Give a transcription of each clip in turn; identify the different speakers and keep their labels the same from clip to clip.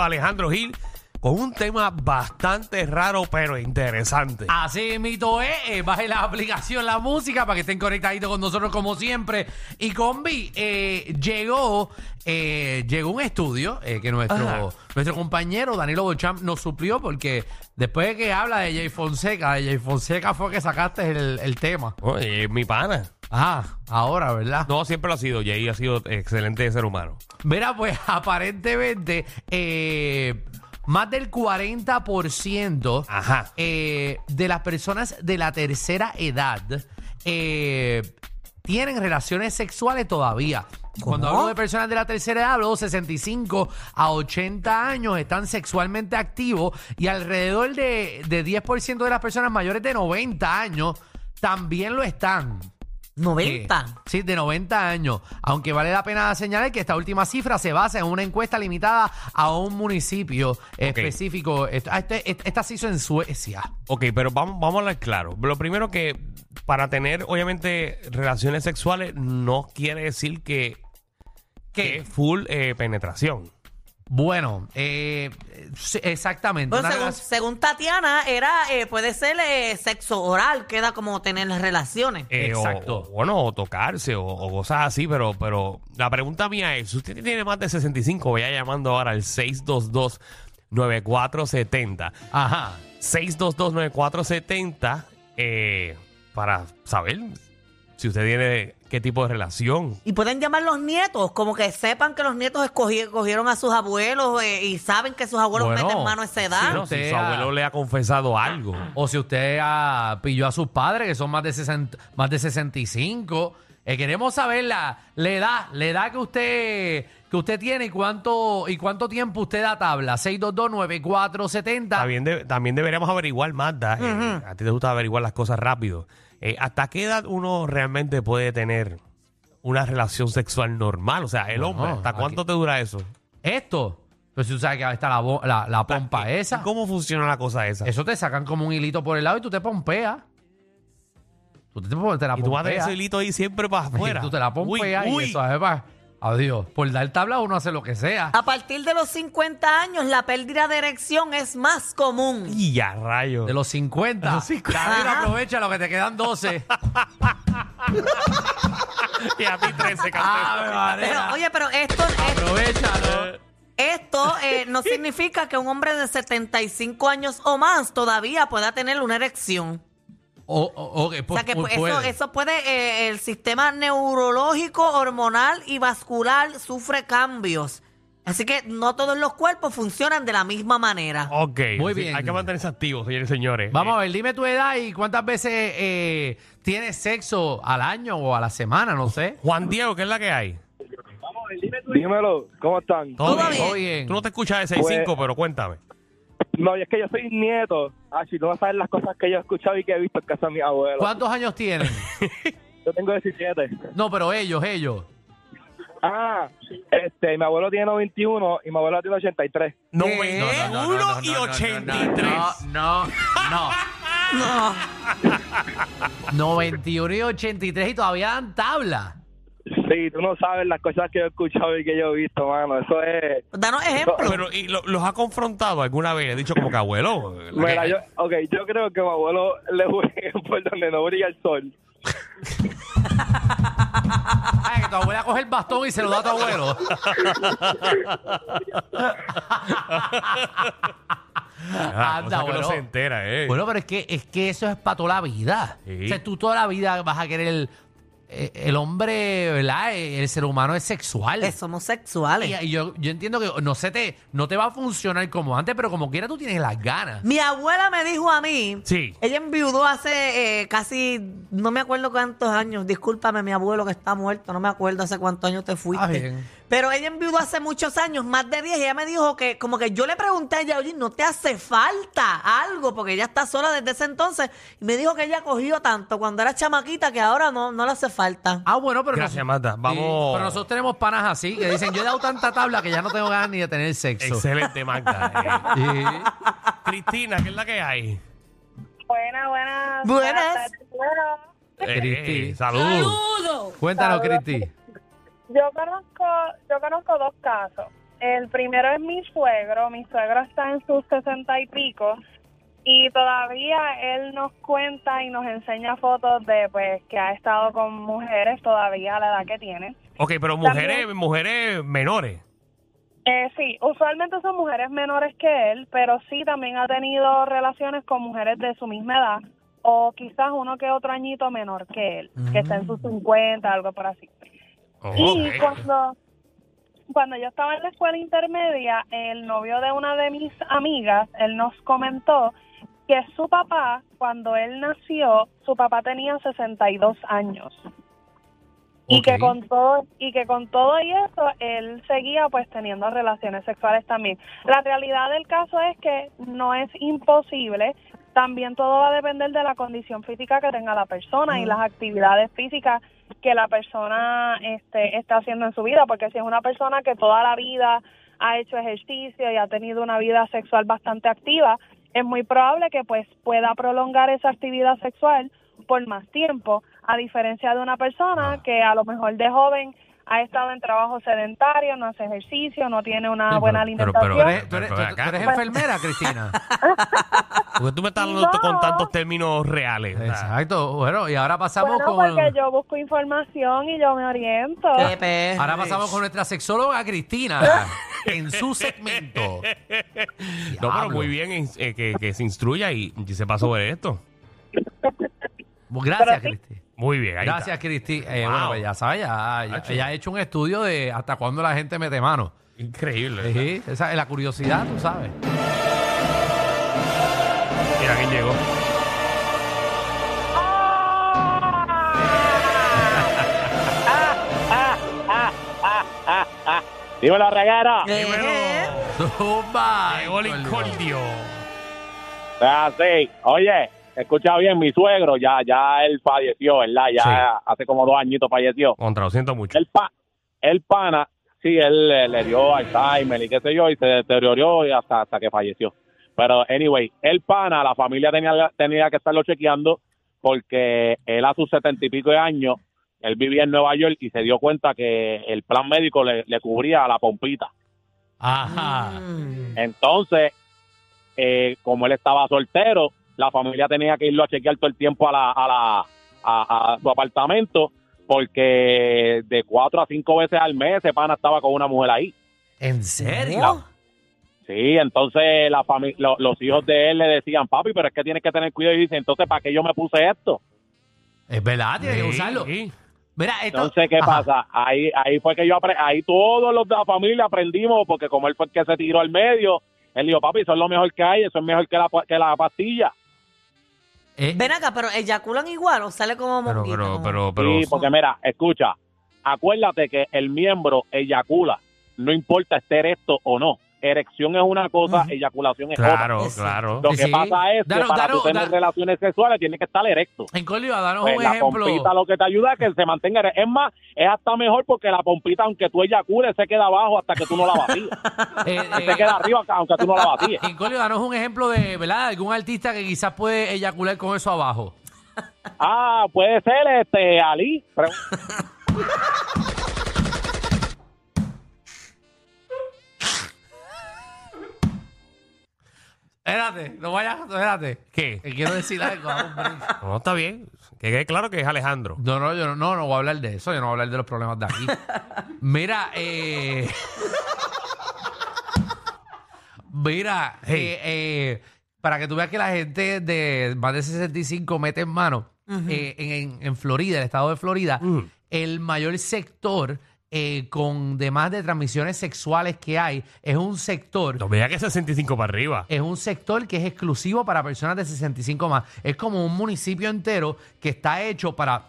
Speaker 1: Alejandro Gil con un tema bastante raro pero interesante.
Speaker 2: Así mito es, eh, baje la aplicación La Música para que estén conectaditos con nosotros como siempre. Y Combi, eh, llegó, eh, llegó un estudio eh, que
Speaker 1: Ajá.
Speaker 2: nuestro, nuestro compañero Danilo Bochamp nos suplió porque después de que habla de Jay Fonseca, de Jay Fonseca fue que sacaste el, el tema.
Speaker 1: Oh, eh, mi pana.
Speaker 2: Ah, ahora, ¿verdad?
Speaker 1: No, siempre lo ha sido. Jay ha sido excelente ser humano.
Speaker 2: Mira, pues aparentemente eh, más del 40%
Speaker 1: Ajá.
Speaker 2: eh, de las personas de la tercera edad eh, tienen relaciones sexuales todavía. Cuando
Speaker 1: ¿Cómo?
Speaker 2: hablo de personas de la tercera edad, hablo de 65 a 80 años, están sexualmente activos y alrededor de, de 10% de las personas mayores de 90 años también lo están.
Speaker 3: 90.
Speaker 2: Eh, Sí, de 90 años. Aunque vale la pena señalar que esta última cifra se basa en una encuesta limitada a un municipio específico. Esto- ah, este- este- esta se hizo en Suecia.
Speaker 1: Ok, pero vamos, vamos a hablar claro. Lo primero que para tener, obviamente, relaciones sexuales no quiere decir que, que es full eh, penetración.
Speaker 2: Bueno, eh, sí, exactamente.
Speaker 3: Bueno,
Speaker 2: Una
Speaker 3: según,
Speaker 2: relación-
Speaker 3: según Tatiana, era eh, puede ser eh, sexo oral, queda como tener las relaciones.
Speaker 1: Eh, o-
Speaker 2: Exacto.
Speaker 1: o, bueno, o tocarse o, o cosas así, pero, pero la pregunta mía es, si usted tiene más de 65, voy a llamando ahora al 622-9470.
Speaker 2: Ajá.
Speaker 1: 622-9470 eh, para saber si usted tiene qué tipo de relación.
Speaker 3: Y pueden llamar los nietos, como que sepan que los nietos escogi- cogieron a sus abuelos eh, y saben que sus abuelos
Speaker 2: Bueno,
Speaker 3: meten mano a esa edad.
Speaker 2: sí,
Speaker 1: No, si
Speaker 2: Usted
Speaker 1: su
Speaker 2: ha-
Speaker 1: abuelo le ha confesado algo.
Speaker 2: O si usted ah, pilló a sus padres, que son más de, 60 más de 65. Eh, queremos saber la, la edad, la edad que usted que usted tiene y cuánto y cuánto tiempo usted da tabla. 6229470.
Speaker 1: También, de- también deberíamos averiguar, Magda. eh, a ti te gusta averiguar las cosas rápido. Eh, ¿Hasta qué edad uno realmente puede tener una relación sexual normal? O sea, el
Speaker 2: No,
Speaker 1: hombre, ¿hasta
Speaker 2: aquí-
Speaker 1: cuánto te dura eso?
Speaker 2: Esto. Pues tú sabes que ahí está la, bo- la, la pompa
Speaker 1: ¿Y
Speaker 2: esa.
Speaker 1: ¿Cómo funciona la cosa esa?
Speaker 2: Eso te sacan como un hilito por el lado y tú te pompeas. Tú te, te la
Speaker 1: y tú vas a tener
Speaker 2: pompeas.
Speaker 1: ese hilito ahí siempre para afuera.
Speaker 2: Y tú te la pompeas
Speaker 1: Uy, uy.
Speaker 2: y eso, además, adiós. Por dar tabla uno hace lo que sea.
Speaker 3: A partir de los 50 años, la pérdida de erección es más común.
Speaker 1: Y a rayos.
Speaker 2: De los 50.
Speaker 1: De los 50.
Speaker 2: David,
Speaker 3: Ajá.
Speaker 2: aprovecha lo que te quedan 12.
Speaker 1: Y a ti 13,
Speaker 2: Ave
Speaker 1: Castelo.
Speaker 2: María.
Speaker 3: Pero, oye, pero esto, esto,
Speaker 2: Aprovechalo.
Speaker 3: esto, eh, no significa que un hombre de 75 años o más todavía pueda tener una erección.
Speaker 2: O, o, ok,
Speaker 3: O sea
Speaker 2: pues,
Speaker 3: que
Speaker 2: pues,
Speaker 3: eso
Speaker 2: puede.
Speaker 3: eso puede eh, el sistema neurológico, hormonal y vascular sufre cambios. Así que no todos los cuerpos funcionan de la misma manera.
Speaker 1: Ok.
Speaker 2: Muy
Speaker 1: sí,
Speaker 2: bien.
Speaker 1: Hay que mantenerse activos, señores y señores.
Speaker 2: Vamos a ver, dime tu edad y cuántas veces eh, tienes sexo al año o a la semana, no sé.
Speaker 1: Eh, Juan Diego, ¿qué es la que hay?
Speaker 4: Dímelo, ¿cómo están?
Speaker 3: Todo bien.
Speaker 2: Todo bien.
Speaker 1: Tú no te escuchas de 6-5,
Speaker 4: Pues,
Speaker 1: pero cuéntame.
Speaker 4: No, y es que yo soy nieto. Ah, si tú vas a saber las cosas que yo he escuchado y que he visto en casa de mis abuelos.
Speaker 2: ¿Cuántos años tienen?
Speaker 4: Yo tengo 17.
Speaker 2: No, pero ellos, ellos.
Speaker 4: Ah, este, mi abuelo tiene 91 y mi abuela tiene 83.
Speaker 1: No,
Speaker 2: ¿Qué?
Speaker 1: güey,
Speaker 2: No, no, no,
Speaker 1: 1
Speaker 2: no, no,
Speaker 1: y
Speaker 2: no, no,
Speaker 1: 83.
Speaker 2: No, no, no.
Speaker 3: No.
Speaker 2: 91 y 83 y todavía dan tabla.
Speaker 4: Sí, tú no sabes las cosas que yo he escuchado y que yo he visto, mano. Eso es...
Speaker 3: Danos ejemplo.
Speaker 1: Pero ¿y lo- los ha confrontado alguna vez? Le ha dicho como que abuelo. la
Speaker 4: Mira,
Speaker 1: que-
Speaker 4: yo, ok, yo creo que mi abuelo le jugué por donde no brilla el sol.
Speaker 2: Ay, que tu abuela coge el bastón y se lo da a tu abuelo.
Speaker 1: Ah,
Speaker 2: Anda,
Speaker 1: cosa que
Speaker 2: abuelo.
Speaker 1: no se entera, eh.
Speaker 2: Bueno, pero es que, es que eso es para toda la vida.
Speaker 1: Sí.
Speaker 2: O sea, tú toda la vida vas a querer el, eh, el hombre, ¿verdad? Eh, El ser humano es sexual.
Speaker 3: Eh, somos sexuales.
Speaker 2: Y, y yo, yo entiendo que no se te, no te va a funcionar como antes, pero como quiera tú tienes las ganas.
Speaker 3: Mi abuela me dijo a mí,
Speaker 1: Sí.
Speaker 3: ella enviudó hace eh, casi, no me acuerdo cuántos años, discúlpame mi abuelo que está muerto, no me acuerdo hace cuántos años te fuiste.
Speaker 2: Ah, bien.
Speaker 3: Pero ella enviudó hace muchos años, más de 10, y ella me dijo que como que yo le pregunté a ella, oye, ¿no te hace falta algo? Porque ella está sola desde ese entonces. Y me dijo que ella cogió tanto cuando era chamaquita que ahora no, no le hace falta.
Speaker 2: Ah, bueno, pero
Speaker 1: Gracias,
Speaker 2: nos-
Speaker 1: Magda. Vamos.
Speaker 2: pero nosotros tenemos panas así que dicen, yo he dado tanta tabla que ya no tengo ganas ni de tener sexo.
Speaker 1: Excelente, Magda. eh.
Speaker 2: Sí.
Speaker 1: Cristina, ¿qué es la que hay? Eh,
Speaker 5: Buenas, buenas.
Speaker 3: Buenas.
Speaker 5: tardes. Bueno,
Speaker 1: Eh,
Speaker 2: Cristi.
Speaker 1: salud.
Speaker 2: Cuéntanos, Cristi.
Speaker 5: yo conozco, yo conozco dos casos. El primero es mi suegro. Mi suegro está en sus sesenta y pico. Y todavía él nos cuenta y nos enseña fotos de pues que ha estado con mujeres todavía a la edad que tiene.
Speaker 1: Ok, pero mujeres,
Speaker 5: También-
Speaker 1: mujeres menores.
Speaker 5: Eh, sí, usualmente son mujeres menores que él, pero sí también ha tenido relaciones con mujeres de su misma edad o quizás uno que otro añito menor que él, que está en sus 50, algo por así. Y
Speaker 1: Ok.
Speaker 5: cuando, cuando yo estaba en la escuela intermedia, el novio de una de mis amigas, él nos comentó que su papá, cuando él nació, su papá tenía 62 años. Y que
Speaker 2: Ok.
Speaker 5: con todo y que con todo y eso él seguía pues teniendo relaciones sexuales también. La realidad del caso es que no es imposible, también todo va a depender de la condición física que tenga la persona y las actividades físicas que la persona este está haciendo en su vida, porque si es una persona que toda la vida ha hecho ejercicio y ha tenido una vida sexual bastante activa, es muy probable que pues pueda prolongar esa actividad sexual por más tiempo, a diferencia de una persona
Speaker 2: Ah.
Speaker 5: que a lo mejor de joven ha estado en trabajo sedentario, no hace ejercicio, no tiene una
Speaker 2: Sí, pero-
Speaker 5: buena
Speaker 1: pero-
Speaker 5: alimentación.
Speaker 1: pero-
Speaker 2: ¿Tú eres, tú eres-
Speaker 1: Pero
Speaker 2: tú-
Speaker 1: acá-
Speaker 2: tú eres enfermera, Cristina?
Speaker 1: ¿Por qué tú me estás hablando
Speaker 5: No.
Speaker 1: con tantos términos reales?
Speaker 2: Exacto. Bueno, y ahora pasamos
Speaker 5: Bueno,
Speaker 2: con...
Speaker 5: porque yo busco información y yo me oriento.
Speaker 3: Qué perres.
Speaker 2: ah, Ahora pasamos con nuestra sexóloga Cristina en su segmento.
Speaker 1: No, pero
Speaker 2: Diablo.
Speaker 1: muy bien eh, que, que se instruya y, y se pasó sobre esto.
Speaker 2: Gracias, Cristi.
Speaker 1: Muy bien, ahí
Speaker 2: Gracias,
Speaker 1: está.
Speaker 2: Cristi. Eh,
Speaker 1: Wow.
Speaker 2: Bueno, pues ya sabes, ya, ya-
Speaker 1: Hacho.
Speaker 2: ella ha hecho un estudio de hasta cuándo la gente mete mano.
Speaker 1: Increíble. ¿verdad?
Speaker 2: Sí, esa es la curiosidad, tú sabes.
Speaker 1: Mira quién llegó.
Speaker 4: Dime la reguera.
Speaker 3: Eh, eh.
Speaker 2: Zumba,
Speaker 1: Llegó el
Speaker 2: Héctor.
Speaker 1: incordio.
Speaker 4: Ah, sí. Oye, escucha bien, mi suegro ya, ya él falleció, ¿verdad? Ya
Speaker 1: Sí.
Speaker 4: hace como dos añitos falleció.
Speaker 1: Contra, lo siento mucho.
Speaker 4: El, pa el pana, sí, él le, le dio Alzheimer y qué sé yo, y se deterioró y hasta, hasta que falleció. Pero, anyway, el pana, la familia tenía, tenía que estarlo chequeando porque él a sus setenta y pico de años, él vivía en Nueva York y se dio cuenta que el plan médico le, le cubría a la pompita.
Speaker 2: Ah, Ajá.
Speaker 3: Mm.
Speaker 4: Entonces, eh, como él estaba soltero, la familia tenía que irlo a chequear todo el tiempo a, la, a, la, a, a su apartamento, porque de cuatro a cinco veces al mes ese pana estaba con una mujer ahí.
Speaker 2: ¿En serio?
Speaker 3: No.
Speaker 4: Sí, entonces la fami- lo- los hijos de él le decían, papi, pero es que tienes que tener cuidado. Y dice, entonces, ¿para qué yo me puse esto?
Speaker 2: Es verdad, tiene que
Speaker 1: Sí,
Speaker 2: usarlo.
Speaker 1: sí.
Speaker 2: Mira, esto...
Speaker 4: Entonces, ¿qué
Speaker 2: Ajá.
Speaker 4: pasa? Ahí, ahí fue que yo apre- ahí todos los de la familia aprendimos, porque como él fue el que se tiró al medio, él dijo, papi, eso es lo mejor que hay, eso es mejor que la, pa- que la pastilla.
Speaker 2: Eh,
Speaker 3: Ven acá, pero eyaculan igual o sale como
Speaker 1: Pero,
Speaker 3: monguito.
Speaker 1: pero,
Speaker 3: como-
Speaker 1: pero,
Speaker 4: sí,
Speaker 1: pero.
Speaker 4: porque mira, escucha, acuérdate que el miembro eyacula, no importa esté erecto o no. Erección es una cosa,
Speaker 3: Ujú.
Speaker 4: eyaculación es otra.
Speaker 1: Claro,
Speaker 3: Exacto.
Speaker 1: claro.
Speaker 4: Lo que
Speaker 2: Sí.
Speaker 4: pasa es que
Speaker 2: Danos-
Speaker 4: para tú
Speaker 2: danos-
Speaker 4: tener
Speaker 2: da-
Speaker 4: relaciones sexuales tienes que estar erecto.
Speaker 2: Encolio, danos
Speaker 4: Pues
Speaker 2: un
Speaker 4: la pompita
Speaker 2: ejemplo.
Speaker 4: lo que te ayuda es que se mantenga erecto. Es más, es hasta mejor porque la pompita, aunque tú eyacules, se queda abajo hasta que tú no la vacíes.
Speaker 2: Eh,
Speaker 4: se
Speaker 2: eh,
Speaker 4: queda arriba aunque tú no la vacíes.
Speaker 2: Incolio, danos un ejemplo de, ¿verdad? Algún artista que quizás puede eyacular con eso abajo.
Speaker 4: Ah, puede ser este Ali. Pre-
Speaker 2: Espérate, no vayas, espérate.
Speaker 1: ¿Qué?
Speaker 2: Que quiero decir algo. dame un break.
Speaker 1: No, está bien. Que quede claro que es Alejandro.
Speaker 2: No, no, yo no, no, no voy a hablar de eso. Yo no voy a hablar de los problemas de aquí. Mira, eh. Mira, eh, eh, para que tú veas que la gente de más de 65 mete en mano, eh, en, en- en Florida, el estado de Florida,
Speaker 1: Mm.
Speaker 2: el mayor sector eh, con demás de transmisiones sexuales que hay es un sector
Speaker 1: No vea que 65 para arriba.
Speaker 2: es un sector que es exclusivo para personas de 65 más. Es como un municipio entero que está hecho para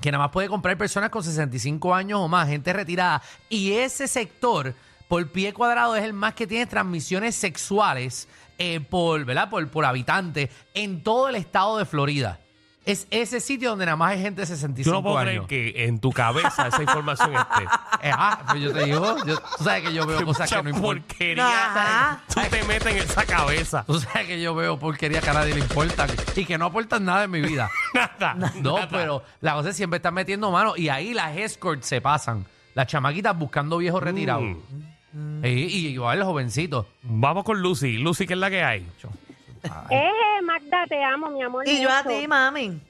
Speaker 2: que nada más puede comprar personas con 65 años o más, gente retirada. Y ese sector por pie cuadrado es el más que tiene transmisiones sexuales eh, por, ¿verdad? Por, por habitante en todo el estado de Florida. Es ese sitio donde nada más hay gente de
Speaker 1: Yo
Speaker 2: 65
Speaker 1: no puedo creer
Speaker 2: años.
Speaker 1: que en tu cabeza esa información esté.
Speaker 2: Eh, ah, pues yo te digo, yo- tú sabes que yo veo cosas que no
Speaker 1: Mucha
Speaker 2: importan.
Speaker 1: porquería.
Speaker 3: Ajá.
Speaker 1: Tú te metes en esa cabeza.
Speaker 2: Tú sabes que yo veo porquería que a nadie le importa y que no aportan nada en mi vida.
Speaker 1: Nada.
Speaker 2: No,
Speaker 1: nada.
Speaker 2: pero la cosa es siempre están metiendo mano y ahí las escorts se pasan. Las chamaquitas buscando viejos retirados.
Speaker 1: Mm.
Speaker 2: Y, y igual los jovencitos.
Speaker 1: Vamos con Lucy. Lucy, ¿qué es la que hay?
Speaker 6: Eh, Magda, te amo, mi amor.
Speaker 3: Y yo a
Speaker 6: mucho.
Speaker 3: ti, mami.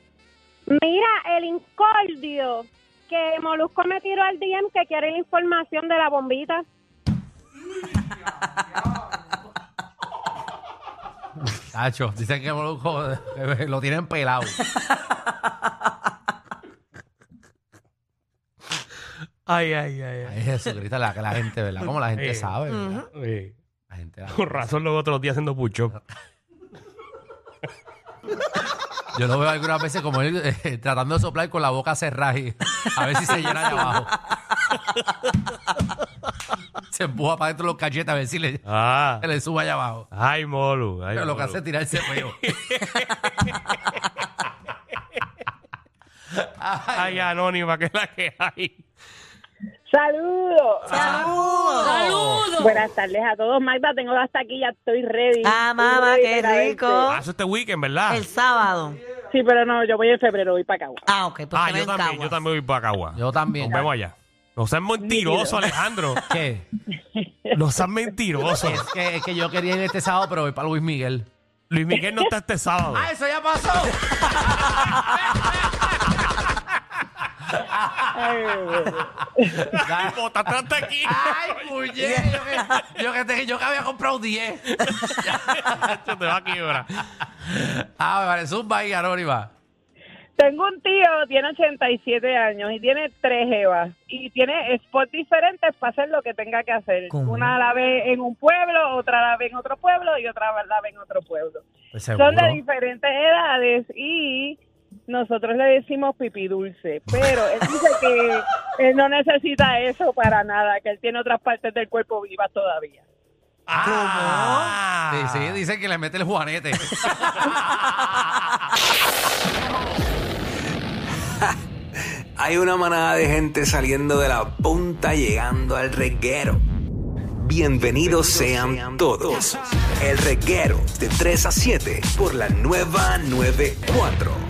Speaker 6: Mira, el incordio que Molusco me tiró al DM que quiere la información de la bombita.
Speaker 2: Tacho, dicen que Molusco lo tienen pelado.
Speaker 1: Ay, ay, ay.
Speaker 2: Ay, Jesucristo, la, la gente, ¿verdad? Como la gente
Speaker 1: Eh,
Speaker 2: sabe. ¿verdad?
Speaker 1: Sí.
Speaker 2: La gente la-
Speaker 1: Con razón los otros días haciendo pucho.
Speaker 2: Yo lo veo algunas veces como él eh, tratando de soplar con la boca cerrada y a ver si se llena de abajo. se empuja para dentro los cachetes a ver si le,
Speaker 1: Ah.
Speaker 2: se le sube allá abajo.
Speaker 1: Ay, Molu. Ay,
Speaker 2: Pero lo que
Speaker 1: Molu.
Speaker 2: hace es tirarse feo.
Speaker 1: Ay, Anónima, ¿qué es la que hay?
Speaker 6: Saludos.
Speaker 3: ¡Saludos!
Speaker 6: Buenas tardes a todos. Magda, tengo hasta aquí, ya estoy ready.
Speaker 3: Ah,
Speaker 6: Estoy
Speaker 3: mamá,
Speaker 6: ready
Speaker 3: qué
Speaker 6: para
Speaker 3: rico.
Speaker 1: Ah, eso este weekend, ¿verdad?
Speaker 3: El sábado.
Speaker 6: verte. Sí, pero no, yo voy en febrero, voy para acá.
Speaker 3: Ah, ok, pues
Speaker 1: ah,
Speaker 3: te
Speaker 1: yo
Speaker 3: ven
Speaker 1: también,
Speaker 3: caguas.
Speaker 1: yo también voy para Cagua.
Speaker 2: Yo también.
Speaker 1: Nos vemos allá. No seas mentiroso, Alejandro.
Speaker 2: ¿Qué?
Speaker 1: No seas mentiroso.
Speaker 2: Es que, es que yo quería ir este sábado, pero voy para Luis Miguel.
Speaker 1: Luis Miguel no está este sábado.
Speaker 2: ¡Ah, eso ya pasó!
Speaker 6: Ay,
Speaker 1: Ay, bota, trata aquí.
Speaker 2: ¡Ay, puñe! Yo que, yo, que te- yo que había comprado 10.
Speaker 1: Esto te va a quiebrar.
Speaker 2: Ah, me parece un baile anónima.
Speaker 5: Tengo un tío, tiene 87 años y tiene tres jevas. Y tiene spots diferentes para hacer lo que tenga que hacer.
Speaker 3: ¿Cómo?
Speaker 5: Una la ve en un pueblo, otra la ve en otro pueblo y otra la ve en otro pueblo.
Speaker 2: Pues
Speaker 5: Son de diferentes edades y nosotros le decimos pipí dulce. Pero él dice que él no necesita eso para nada, que él tiene otras partes del cuerpo vivas todavía.
Speaker 1: Ah.
Speaker 2: Sí, sí, dicen que le mete el juanete.
Speaker 7: Hay una manada de gente saliendo de la punta llegando al reguero. Bienvenidos sean todos. El reguero de 3 a 7 por la nueva 94.